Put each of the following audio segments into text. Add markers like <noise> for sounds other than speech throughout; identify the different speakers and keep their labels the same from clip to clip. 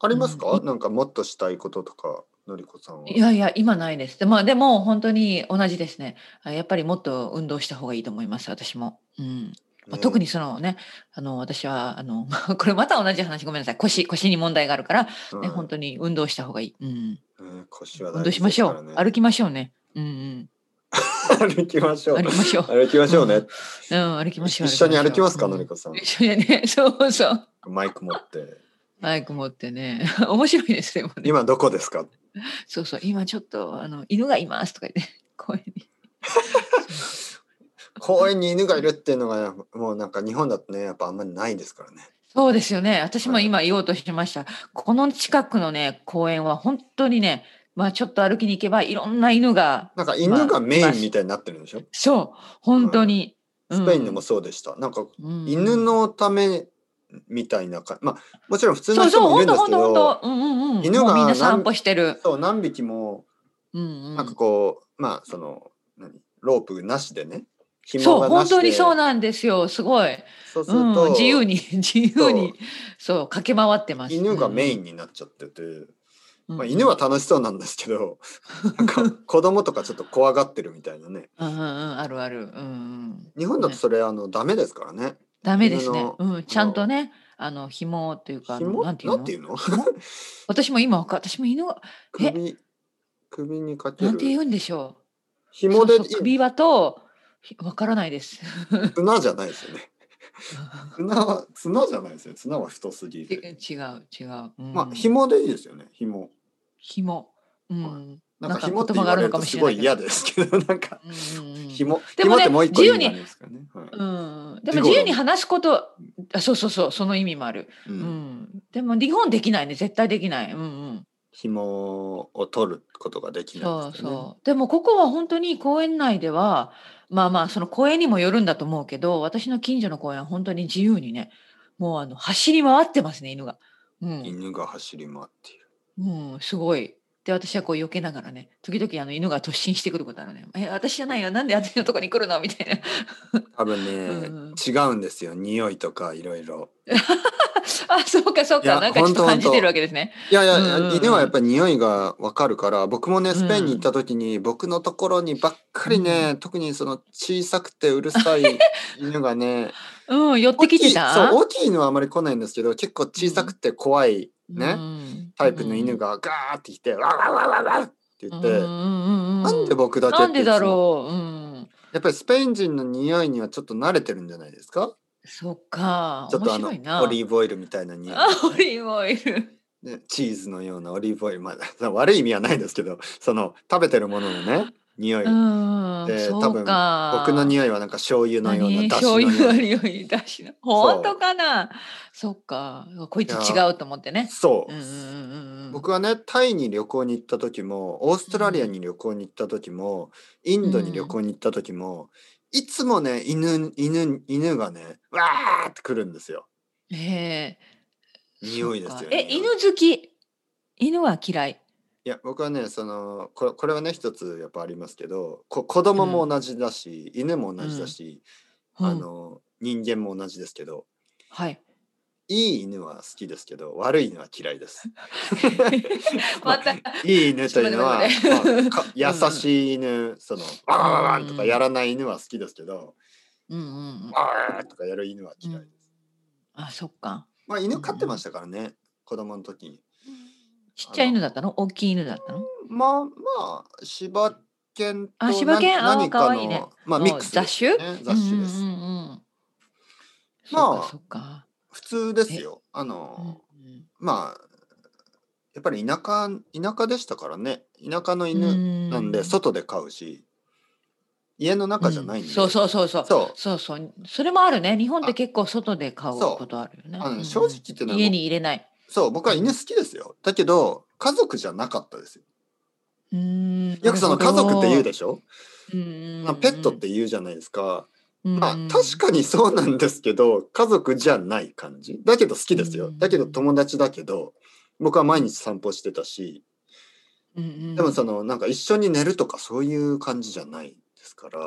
Speaker 1: ありますか、
Speaker 2: う
Speaker 1: なんかもっとしたいこととか、のりこさんは。
Speaker 2: いやいや、今ないです。でまあ、でも本当に同じですね。あやっぱりもっと運動した方がいいと思います、私も。うん。まあ、特にそのね、あの、私は、あの、 <laughs> これまた同じ話、ごめんなさい。腰、腰に問題があるから、ね、
Speaker 1: うん、
Speaker 2: 本当に運動した方がいい。うん。
Speaker 1: 当、ね、腰は
Speaker 2: 運
Speaker 1: 大
Speaker 2: 動
Speaker 1: 事
Speaker 2: し
Speaker 1: で
Speaker 2: ますし
Speaker 1: か
Speaker 2: ょ
Speaker 1: ら
Speaker 2: う
Speaker 1: ね。。
Speaker 2: 歩きましょうね。うん
Speaker 1: 歩きましょ
Speaker 2: う
Speaker 1: う。
Speaker 2: ん。歩き
Speaker 1: <laughs>
Speaker 2: ましょう。
Speaker 1: 歩きましょうね。
Speaker 2: うん、歩きましょう。
Speaker 1: 一緒に歩きますか、
Speaker 2: うん
Speaker 1: のりこさん。
Speaker 2: 一緒にね、 <laughs> そうそう。
Speaker 1: マイク持って。
Speaker 2: マイク持ってね。 <laughs> 面白いですね。もうね
Speaker 1: 今どこですか。
Speaker 2: そうそう、今ちょっと、あの、犬がいますとか言って、公園に。
Speaker 1: 公園に犬がいるっていうのが、もうなんか日本だとね、やっぱあんまりないですからね。
Speaker 2: そうですよね。私も今言おうとしてました。この近くのね、公園は本当にね、まあちょっと歩きに行けばいろんな犬が、
Speaker 1: なんか犬がメインみたいになってるんでしょ、
Speaker 2: そう、本当に。
Speaker 1: スペインでもそうでした。なんか
Speaker 2: うん
Speaker 1: 犬のためみたいなか、まあもちろん普通
Speaker 2: そ
Speaker 1: の
Speaker 2: う
Speaker 1: 人
Speaker 2: そう、
Speaker 1: もいる
Speaker 2: 本
Speaker 1: んで
Speaker 2: 当
Speaker 1: すけ
Speaker 2: 本当
Speaker 1: ど、
Speaker 2: 本当。うんうんうん。
Speaker 1: 犬
Speaker 2: も
Speaker 1: が
Speaker 2: うみんな
Speaker 1: なん
Speaker 2: 散歩してる。
Speaker 1: そう何匹も
Speaker 2: うんうん。
Speaker 1: なんかこう、まあその何ロープなしでね、紐
Speaker 2: そう、
Speaker 1: がな
Speaker 2: 本
Speaker 1: しで
Speaker 2: 当にそうなんですよ。すごい。
Speaker 1: そうすると、
Speaker 2: うん、自由に <laughs> 自由にそう駆け回ってます
Speaker 1: 犬がメイ
Speaker 2: ン、
Speaker 1: ンになっちゃってて、
Speaker 2: うん
Speaker 1: まあ犬は、楽しそうなんですけ
Speaker 2: <laughs>
Speaker 1: ど、なんか子供とかちょっと怖がってるみたいなね。
Speaker 2: うんうんうん、あるある、うんうん、
Speaker 1: 日本だとそれ、あのダメですからね。
Speaker 2: ダメです
Speaker 1: 犬
Speaker 2: ね
Speaker 1: の、
Speaker 2: うん、ちゃんとねあの紐というかあの
Speaker 1: 紐
Speaker 2: な
Speaker 1: なんん
Speaker 2: ていうの
Speaker 1: ていうの？
Speaker 2: 私も今わか私も犬がえ
Speaker 1: 首首にかけ
Speaker 2: なんて言
Speaker 1: る。
Speaker 2: うんでしょう
Speaker 1: 紐でい
Speaker 2: そうそう首輪とひわからないです <laughs>
Speaker 1: 綱じゃないですよね。綱は綱じゃないですよ。綱は太すぎ
Speaker 2: 違う
Speaker 1: る。
Speaker 2: 違う、うん、
Speaker 1: まあ紐でいいですよね。紐。
Speaker 2: 紐うん、
Speaker 1: は
Speaker 2: うん
Speaker 1: なん
Speaker 2: なん
Speaker 1: か
Speaker 2: か
Speaker 1: 紐って言われるとすごい
Speaker 2: 言葉
Speaker 1: 嫌ですけど、なんか
Speaker 2: うんうん
Speaker 1: 紐。
Speaker 2: でも
Speaker 1: 紐っ
Speaker 2: ね
Speaker 1: てもう一個
Speaker 2: 自
Speaker 1: 意
Speaker 2: 由
Speaker 1: 味
Speaker 2: に
Speaker 1: がありますからね。はい
Speaker 2: うん、
Speaker 1: 事故
Speaker 2: でも自
Speaker 1: の
Speaker 2: 由に話すことあそうそうそうその意味もある
Speaker 1: う
Speaker 2: うんん、でも日本できないね絶対できない、うんうん、
Speaker 1: 紐を取ることができない
Speaker 2: そう
Speaker 1: ですよね。
Speaker 2: そうでもここは本当に公園内ではまあまあその公園にもよるんだと思うけど私の近所の公園は本当に自由にねもうあの走り回ってますね犬が、うん
Speaker 1: 犬が走り回っている。
Speaker 2: うん、すごいで私はこう避けながらね時々あの犬が突進してくることあるね「え私じゃないよなんで私のとこに来るの?」みたいな <laughs>
Speaker 1: 多分
Speaker 2: うんうん
Speaker 1: ね、違うんですよ。匂いとかいろいろ。
Speaker 2: あそうかそう
Speaker 1: い
Speaker 2: か
Speaker 1: や
Speaker 2: なんかちょっ
Speaker 1: ほんとほ
Speaker 2: と
Speaker 1: んと
Speaker 2: 感じてるわけですね
Speaker 1: いやいや、
Speaker 2: うんうん
Speaker 1: 犬はやっぱり匂いがわかるから僕もね
Speaker 2: うん
Speaker 1: スペインに行った時に、僕のところにばっかりね、特にその小さくてうるさい
Speaker 2: <laughs>
Speaker 1: 犬がね
Speaker 2: うん寄ってきて
Speaker 1: 大きい
Speaker 2: た
Speaker 1: そう大きいのはあまり来ないんですけど結構小さくて怖いね、
Speaker 2: うん
Speaker 1: タイプの犬がガーってきて、わわわわわって言って、
Speaker 2: うんうんうんうん
Speaker 1: なんで僕だけって
Speaker 2: なんでだろう、うん、
Speaker 1: やっぱりスペイン人の匂いにはちょっと慣れてるんじゃないですか
Speaker 2: そっか
Speaker 1: ちょっ
Speaker 2: 面
Speaker 1: とあの
Speaker 2: 白いな
Speaker 1: オリーブオイルみたいな匂い
Speaker 2: あオリーブオイル
Speaker 1: ね、チーズのようなオリーブオイル、まあ、 <laughs> その悪い意味はないですけどその食べてるもののね匂い、
Speaker 2: うん
Speaker 1: で
Speaker 2: そ
Speaker 1: 多
Speaker 2: う
Speaker 1: 分
Speaker 2: か
Speaker 1: 僕の匂いはなんか醤油のような
Speaker 2: 何
Speaker 1: 出汁
Speaker 2: 醤
Speaker 1: のよう
Speaker 2: 油の
Speaker 1: な
Speaker 2: 匂いだしの本当かなそっかこいつ違うと思ってね
Speaker 1: そう、
Speaker 2: うんうんうんうん
Speaker 1: 僕はねタイに旅行に行った時もオーストラリアに旅行に行った時も、インドに旅行に行った時も、いつもね犬犬犬がねわーってくるんですよ
Speaker 2: へえ
Speaker 1: 匂いですよ
Speaker 2: そっか
Speaker 1: ね
Speaker 2: え犬好き犬は嫌い
Speaker 1: いや僕はねそのこれこれはね一つやっぱありますけどこ子供も同じだし、犬も同じだし、
Speaker 2: うん
Speaker 1: あの人間も同じですけど <laughs>
Speaker 2: はい
Speaker 1: いい犬は好きですけど悪い犬は嫌いです。
Speaker 2: また
Speaker 1: いい犬というの
Speaker 2: <laughs>
Speaker 1: は、
Speaker 2: ちょっと待って
Speaker 1: まあか優しい犬、その、わわわわんとかやらない犬は好きですけど、
Speaker 2: うんうんうん
Speaker 1: わわわとかやる犬は嫌いです。
Speaker 2: あそっか
Speaker 1: まあ、犬飼ってましたからね、子供の時に。
Speaker 2: ちっちゃい犬だったの大きい犬だったの
Speaker 1: まあまあ、柴犬と
Speaker 2: あ柴犬
Speaker 1: な
Speaker 2: あー
Speaker 1: 何
Speaker 2: か
Speaker 1: か
Speaker 2: わ
Speaker 1: の、
Speaker 2: いいね
Speaker 1: まあミックスですよね、雑種です。
Speaker 2: うんうんうんうん
Speaker 1: まあ
Speaker 2: そっか
Speaker 1: 普通ですよ。あの
Speaker 2: そっか、うん
Speaker 1: まあ、やっぱり田舎、田舎でしたからね、田舎の
Speaker 2: う
Speaker 1: 犬
Speaker 2: ん
Speaker 1: なんで、外で飼うし、家の中じゃないんで、
Speaker 2: うんそうそうそうそう
Speaker 1: そう
Speaker 2: そうそうそれもあるね日本って結構外で買う
Speaker 1: そう
Speaker 2: ことあるよね
Speaker 1: あのね
Speaker 2: うん
Speaker 1: 正直言ってね
Speaker 2: 家に入れない
Speaker 1: そう、僕は犬好きですよ。だけど、家族じゃなかったですよ。
Speaker 2: うーん
Speaker 1: よくその家族って言うでしょ、
Speaker 2: うん
Speaker 1: まあペットって言うじゃないですか。まあ、確
Speaker 2: に
Speaker 1: かにそうなんですけど、家族じゃない感じ。だけど好きです
Speaker 2: う
Speaker 1: よ。
Speaker 2: ん
Speaker 1: だけど友達だけど、僕は毎日散歩してたし、でもその、なんか一緒に寝るとかそういう感じじゃないですから、や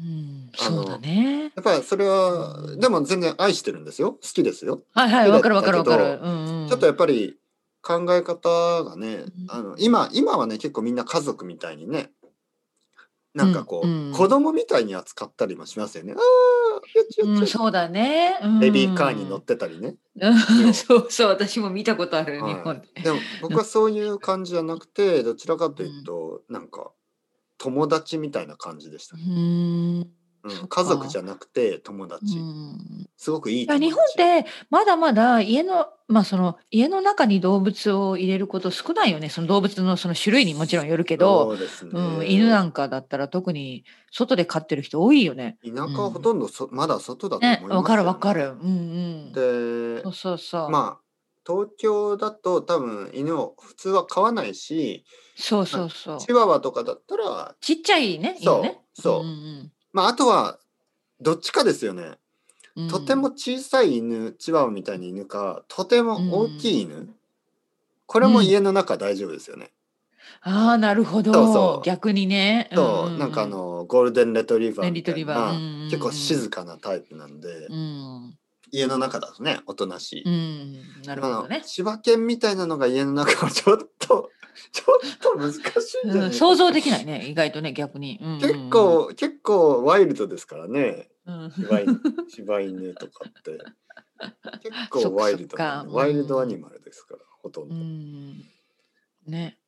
Speaker 2: うん
Speaker 1: あの
Speaker 2: そうだね
Speaker 1: っぱりそれは
Speaker 2: う、ん
Speaker 1: でも全然愛してるんですよ。好きですよ。
Speaker 2: はいはいわかるわかるわかる
Speaker 1: ちょっとやっぱり、考え方がね、あの今今はね結構みんな家族みたいにねなんかこう、
Speaker 2: うんうん
Speaker 1: 子供みたいに扱ったりもしますよね。あーよちよち
Speaker 2: うん、そうだね。
Speaker 1: ベビーカーに乗ってたりね。
Speaker 2: うん <laughs> そうそう、私も見たことある、
Speaker 1: はい
Speaker 2: 日本で。
Speaker 1: でも僕はそういう感じじゃなくてどちらかというと、なんか友達みたいな感じでした
Speaker 2: う
Speaker 1: ね、
Speaker 2: ん。
Speaker 1: うん
Speaker 2: そっか
Speaker 1: 家族じゃなくて友達、
Speaker 2: うん
Speaker 1: すごくいい
Speaker 2: いや
Speaker 1: 友達
Speaker 2: 日本ってまだまだ家の,、まあ、その家の中に動物を入れること少ないよねその動物のその種類にもちろんよるけど、
Speaker 1: そうですね
Speaker 2: うん、犬なんかだったら特に外で飼ってる人多いよね。
Speaker 1: 田舎はほとんどそ、まだ外だと思います
Speaker 2: ね
Speaker 1: よ、
Speaker 2: わかるわかる。うんうん。
Speaker 1: で
Speaker 2: そうそうそう。
Speaker 1: まあ東京だと多分犬を普通は飼わないし
Speaker 2: そうそうそう。
Speaker 1: チワワとかだったら
Speaker 2: ちっちゃいね。
Speaker 1: そう
Speaker 2: いいよね
Speaker 1: そう
Speaker 2: うん
Speaker 1: まああとはどっちかですよね、
Speaker 2: うんうん
Speaker 1: とても小さい犬チワワみたいな犬かとても大きい犬、
Speaker 2: うん
Speaker 1: これも家の中大丈夫ですよね、
Speaker 2: ああなるほど
Speaker 1: そうそう
Speaker 2: 逆にね。
Speaker 1: と、
Speaker 2: うう
Speaker 1: なんかあのゴールデンレトリーバー
Speaker 2: ね
Speaker 1: み
Speaker 2: リ
Speaker 1: た
Speaker 2: ト
Speaker 1: い
Speaker 2: リ
Speaker 1: な、
Speaker 2: バー、うんうんうん
Speaker 1: 結構静かなタイプなんで、
Speaker 2: うん
Speaker 1: 家の中だとねおとなしい、
Speaker 2: うん、なるほど
Speaker 1: あ
Speaker 2: ね
Speaker 1: の。千葉県みたいなのが家の中は <laughs> ちょっとちょっと難しいんじゃないか
Speaker 2: うん想像できないね意外とね逆に、うんうんうん
Speaker 1: 結、構結構ワイルドですからね
Speaker 2: うん
Speaker 1: 柴犬 <laughs> 柴犬とかって結構ワイルドなんで、
Speaker 2: そっかそっか
Speaker 1: ワイルドアニマルですからほとん
Speaker 2: う
Speaker 1: ど、
Speaker 2: んね
Speaker 1: ね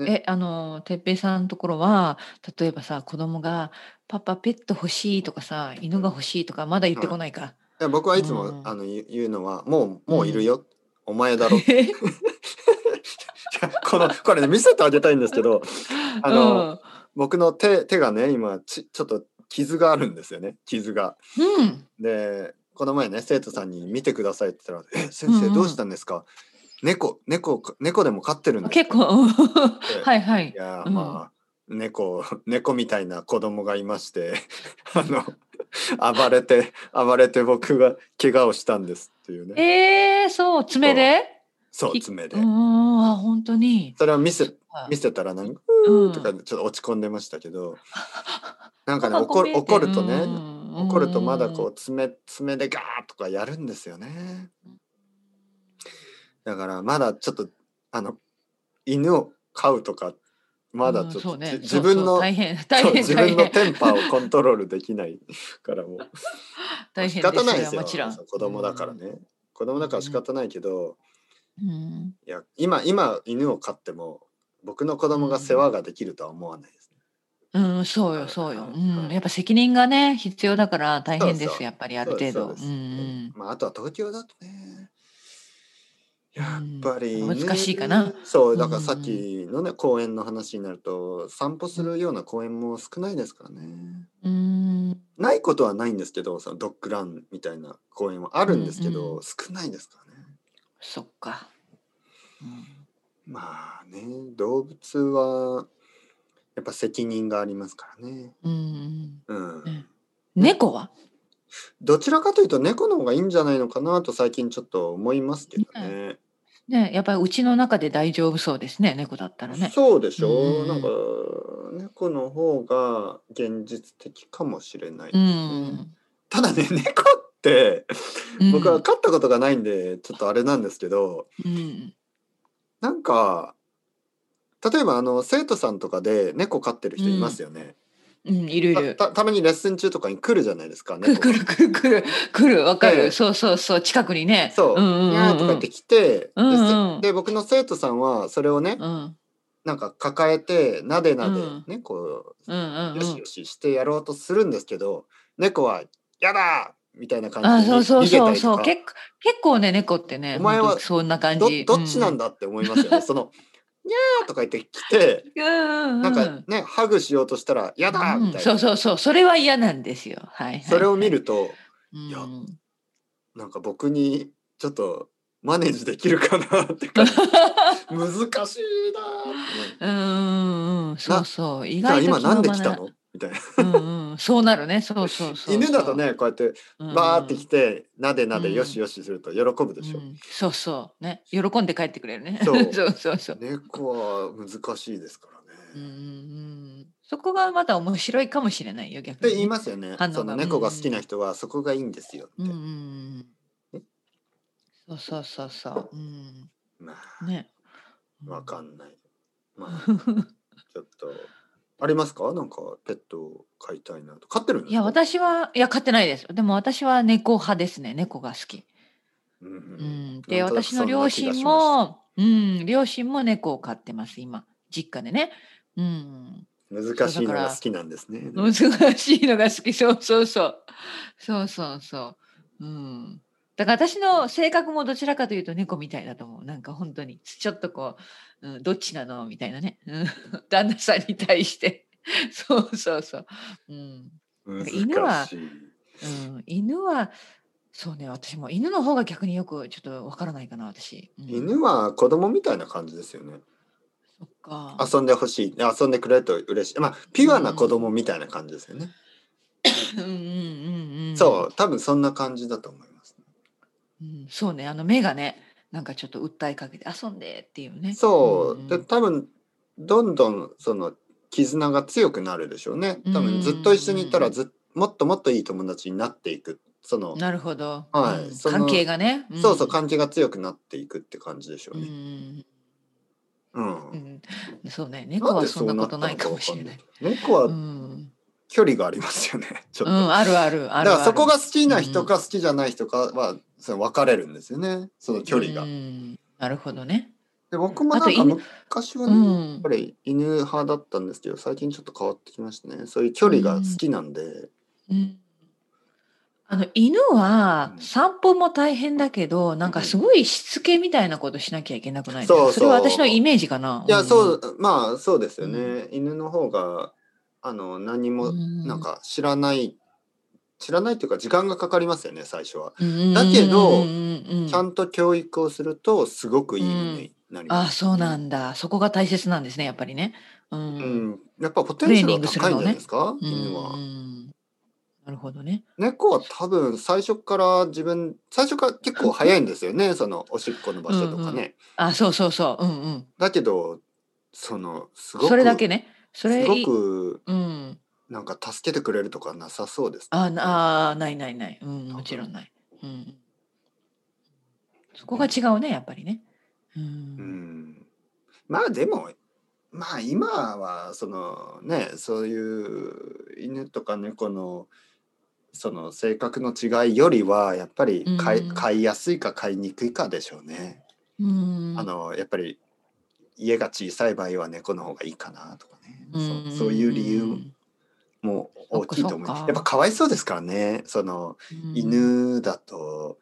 Speaker 2: えあの哲平さんのところは例えばさ子供が「パパペット欲しい」とかさ「犬が欲しい」とかまだ言ってこないか。
Speaker 1: で僕はいつも、
Speaker 2: うん
Speaker 1: あの言う言うのはもうもういるよ、お前だろ <laughs> このこれね見せてあげたいんですけどあの僕の手手がね今ちちょっと傷があるんですよね傷が。
Speaker 2: <laughs> うんうん
Speaker 1: でこの前ね生徒さんに見てくださいって言ったら「え先
Speaker 2: うん
Speaker 1: 生
Speaker 2: うん
Speaker 1: どうしたんですか、猫猫猫でも飼ってるんですか?」
Speaker 2: 結構
Speaker 1: <laughs>
Speaker 2: うん
Speaker 1: で
Speaker 2: はいはいい。
Speaker 1: やー、
Speaker 2: うん
Speaker 1: まあ猫猫みたいな子供がいまして <laughs> あの暴れて暴れて僕が怪我をしたんですっていうね
Speaker 2: えー、そう爪で
Speaker 1: そう
Speaker 2: ひ
Speaker 1: 爪で
Speaker 2: うんうんあ本当に。
Speaker 1: それを見せ
Speaker 2: あ
Speaker 1: 見せたらなんか「
Speaker 2: う
Speaker 1: うんー」とかちょっと落ち込んでましたけ
Speaker 2: <laughs>
Speaker 1: どなんかね
Speaker 2: パパご
Speaker 1: 怒
Speaker 2: め
Speaker 1: る
Speaker 2: んって
Speaker 1: 怒ると
Speaker 2: う
Speaker 1: ね
Speaker 2: ん
Speaker 1: 怒るとまだこう爪爪でガーッとかやるんですよねだからまだちょっとあの犬を飼うとかまだちょっ
Speaker 2: うんそ
Speaker 1: と、
Speaker 2: うね
Speaker 1: じ自分
Speaker 2: そうそ
Speaker 1: の
Speaker 2: う大変大
Speaker 1: そう
Speaker 2: 変
Speaker 1: 自分の
Speaker 2: 大変
Speaker 1: テンパをコントロールできないから
Speaker 2: <laughs>
Speaker 1: もう
Speaker 2: 大
Speaker 1: 仕
Speaker 2: 変
Speaker 1: 方ないです
Speaker 2: そ
Speaker 1: よ
Speaker 2: れはもちろん
Speaker 1: そう子供だからね、子供だから仕方ないけど、
Speaker 2: うん
Speaker 1: いや今今犬を飼っても僕の子供が世話ができるとは思わないです、ね
Speaker 2: うん、うんそう
Speaker 1: は
Speaker 2: よ
Speaker 1: い
Speaker 2: そうよ、
Speaker 1: は
Speaker 2: う
Speaker 1: い
Speaker 2: ん
Speaker 1: は、い
Speaker 2: やっぱ責任がね必要だから大変ですよ
Speaker 1: そうそう
Speaker 2: やっぱりある程度
Speaker 1: そう
Speaker 2: う
Speaker 1: ですそうです
Speaker 2: ん
Speaker 1: まああとは東京だとねやっぱり、
Speaker 2: うん難しいかな
Speaker 1: そうだからさっきのね公園の話になると散歩するような公園も少ないですからね、
Speaker 2: うんうん
Speaker 1: ないことはないんですけどそのドッグランみたいな公園はあるんですけど、
Speaker 2: うんうん
Speaker 1: 少ないですからね
Speaker 2: そっか、うん
Speaker 1: まあね動物はやっぱ責任がありますからね、
Speaker 2: うん
Speaker 1: うん
Speaker 2: うん、猫は、
Speaker 1: どちらかというと猫の方がいいんじゃないのかなと最近ちょっと思いますけどね、
Speaker 2: ね、やっぱりうちの中で大丈夫そうですね猫だったらね
Speaker 1: そうでしょ、
Speaker 2: うん
Speaker 1: なんか猫の方が現実的かもしれないです
Speaker 2: う
Speaker 1: ね、
Speaker 2: ん、
Speaker 1: ただね猫って
Speaker 2: うん、
Speaker 1: 僕は飼ったことがないんでちょっとあれなんですけど
Speaker 2: うん
Speaker 1: なんか例えばあの生徒さんとかで猫飼ってる人いますよね、
Speaker 2: うん、いるいる
Speaker 1: たたたまにレッスン中とかに来るじゃないですか。
Speaker 2: くる
Speaker 1: 猫
Speaker 2: く
Speaker 1: が
Speaker 2: るくるくるくるわかる、
Speaker 1: ええ
Speaker 2: そうそうそう近くにね
Speaker 1: そう、
Speaker 2: うんうんうん
Speaker 1: にゃーとか言ってきて、
Speaker 2: うんうん
Speaker 1: でせで僕の生徒さんはそれをね、
Speaker 2: うん
Speaker 1: なんか抱えてなでなで、
Speaker 2: うん
Speaker 1: ねこ
Speaker 2: うんうん
Speaker 1: う
Speaker 2: うん
Speaker 1: よしよししてやろうとするんですけど、猫は「やだ!」みたいな感
Speaker 2: あ
Speaker 1: じで
Speaker 2: そ
Speaker 1: 逃
Speaker 2: うそう
Speaker 1: げ
Speaker 2: そ
Speaker 1: た
Speaker 2: う
Speaker 1: り
Speaker 2: そ
Speaker 1: と
Speaker 2: う
Speaker 1: か
Speaker 2: 結構結構ね猫ってね
Speaker 1: お前は
Speaker 2: ほんとそんな感
Speaker 1: ど
Speaker 2: じ
Speaker 1: どっちなんだ
Speaker 2: だ、
Speaker 1: って思いますよね。その「にゃー」とか言ってきて
Speaker 2: うんうんうん、
Speaker 1: なんかねハグしようとしたら「やだ!」みたいな、
Speaker 2: うんそうそうそうそれは嫌なんですよはい、はい、
Speaker 1: それを見ると
Speaker 2: うん <laughs>
Speaker 1: いやなんか僕にちょっとマネージできるかなって感じ難しいなーって思う
Speaker 2: うんうんうんそうそう意
Speaker 1: じゃあ
Speaker 2: 外と
Speaker 1: 今なんで来
Speaker 2: 気
Speaker 1: た
Speaker 2: まま
Speaker 1: のみたいな
Speaker 2: なうんうんそうなるねそうそうそう
Speaker 1: 犬だとねこうやってバーって来
Speaker 2: て
Speaker 1: てなでな
Speaker 2: う
Speaker 1: で
Speaker 2: ん
Speaker 1: よしよしすると喜ぶでしょ
Speaker 2: そうそうね喜んで帰ってくれるね
Speaker 1: そう
Speaker 2: <laughs> そうそうそう
Speaker 1: 猫は難しいですから
Speaker 2: うんうんう
Speaker 1: ね
Speaker 2: んそこがまた面白いかもしれないよ逆
Speaker 1: って
Speaker 2: にね、
Speaker 1: 言いますよね
Speaker 2: 反応が
Speaker 1: その猫が好きな人はそこがいいんですよ
Speaker 2: う
Speaker 1: っ
Speaker 2: ん
Speaker 1: て
Speaker 2: うんうんそうそうそうそう、うん、
Speaker 1: まあ
Speaker 2: ね
Speaker 1: わかんない。まあ、ちょっと。 <laughs> ありますかなんかペットを飼いたいなと飼ってる
Speaker 2: いや私はいや飼ってないですでも私は猫派ですね猫が好き、うん、うん、で私の両親もうん両親も猫を飼ってます今実家でねうん
Speaker 1: 難しいのが好きなんです
Speaker 2: <laughs>
Speaker 1: ね
Speaker 2: 難しいのが好きそうそうそうそうそうそううんだから私の性格もどちらかというと猫みたいだと思う。なんか本当に、ちょっとこう、うん、どっちなのみたいなね、うん。 <laughs> 旦那さんに対して。そうそうそう。うん、犬は、うん、犬は、そうね、私も犬の方が逆によくちょっとわからないかな、私、
Speaker 1: うん、犬は子供みたいな感じですよね。
Speaker 2: そっか。
Speaker 1: 遊んでほしい。遊んでくれると嬉しい。まあ、ピュアな子供みたいな感じですよね。
Speaker 2: うん、うんうんうん。
Speaker 1: そう、多分そんな感じだと思います。
Speaker 2: うん、そうねあの目がねなんかちょっと訴えかけて遊んでっていうね
Speaker 1: そう、うん、で多分どんどんその絆が強くなるでしょうね多分ずっと一緒にいたらず、もっともっといい友達になっていくその
Speaker 2: なるほど、、
Speaker 1: はい
Speaker 2: 関係がね、
Speaker 1: うん、そうそう関係が強くなっていくって感じでしょうね
Speaker 2: うん、そうね猫はそんなことないかもしれない
Speaker 1: 猫は、うん距離がありますよね。
Speaker 2: うん、あるある
Speaker 1: だからそこが好きな人か好きじゃない人かは、その分かれるんですよね。その距離が。
Speaker 2: なるほどね。
Speaker 1: で僕もなんか昔はね、やっぱり犬派だったんですけど、最近ちょっと変わってきましたね。そういう距離が好きなんで。
Speaker 2: うん、あの犬は散歩も大変だけど、なんかすごいしつけみたいなことしなきゃいけなくないですか、そうそれは私のイメージかな。、
Speaker 1: いや、そう、まあそうですよね。犬の方があの何もなんか知らない、知らないというか時間がかかりますよね最初は。だけど、ちゃんと教育をするとすごくいい犬になります、
Speaker 2: ね、あそうなんだそこが大切なんですねやっぱりね。うん、うん
Speaker 1: やっぱポテンシャルが高いんじゃないですか、ね、犬は。
Speaker 2: なるほどね。
Speaker 1: 猫は多分最初から自分最初から結構早いんですよねそのおしっこの場所とかね。うんうん、
Speaker 2: あそうそうそう。うんうん、
Speaker 1: だけどそのすごく
Speaker 2: それだけね。それ
Speaker 1: すごく、
Speaker 2: うん、
Speaker 1: なんか助けてくれるとかなさそうです、、
Speaker 2: ね、ああないないない、うん、もちろんない、うん、そこが違うねやっぱりね、うん、うん
Speaker 1: まあでもまあ今はそのねそういう犬とか猫のその性格の違いよりはやっぱり飼い,うん、飼いやすいか飼いにくいかでしょうね。
Speaker 2: うん、
Speaker 1: あのやっぱり家が小さい場合は猫の方がいいかなとかね、うそ,そういう理由も大きいと思いますやっぱかわいそうですからねその、犬だと、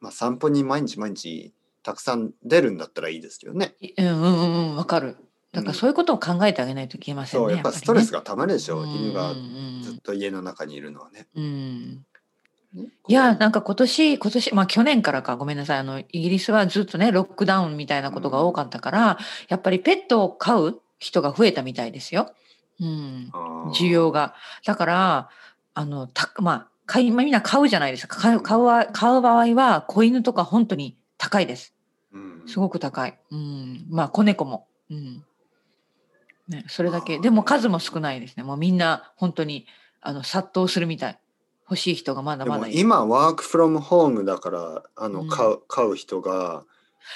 Speaker 1: まあ、散歩に毎日毎日たくさん出るんだったらいいですけどね。
Speaker 2: うんうんうんわかる。だからそういうことを考えてあげないといけません、ねうん、
Speaker 1: そうやっぱストレスがたまるでしょう、犬がずっと家の中にいるのはね。
Speaker 2: うんいやなんか今年今年まあ去年からかごめんなさいあのイギリスはずっとねロックダウンみたいなことが多かったから、うん、やっぱりペットを飼う人が増えたみたいですよ、うん、需要がだからあのたまあ買い、まあ、みんな買うじゃないですか買う買う買う場合は子犬とか本当に高いです、うん、すごく高い、うん、まあ子猫も、うんね、それだけでも数も少ないですねもうみんな本当にあの殺到するみたい。欲しい人がまだまだ
Speaker 1: 今ワークフロムホームだからあの、うん、買う買う人が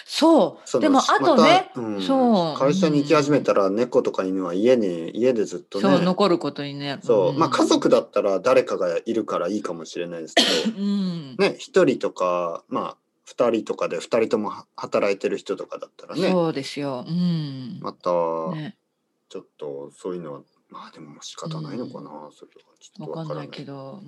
Speaker 2: そうでもあとね、
Speaker 1: まうん、
Speaker 2: そう
Speaker 1: 会社に行き始めたら猫とか犬は家に家でずっとね
Speaker 2: そう残ることにね
Speaker 1: そう、うん、まあ家族だったら誰かがいるからいいかもしれないですけど、うん、ね一人とかまあ2人とかで2人とも働いてる人とかだったらね
Speaker 2: そうですよ、うん、
Speaker 1: また、ね、ちょっとそういうのはまあでも仕方ないのかな、それは
Speaker 2: ちょっと分からないけど。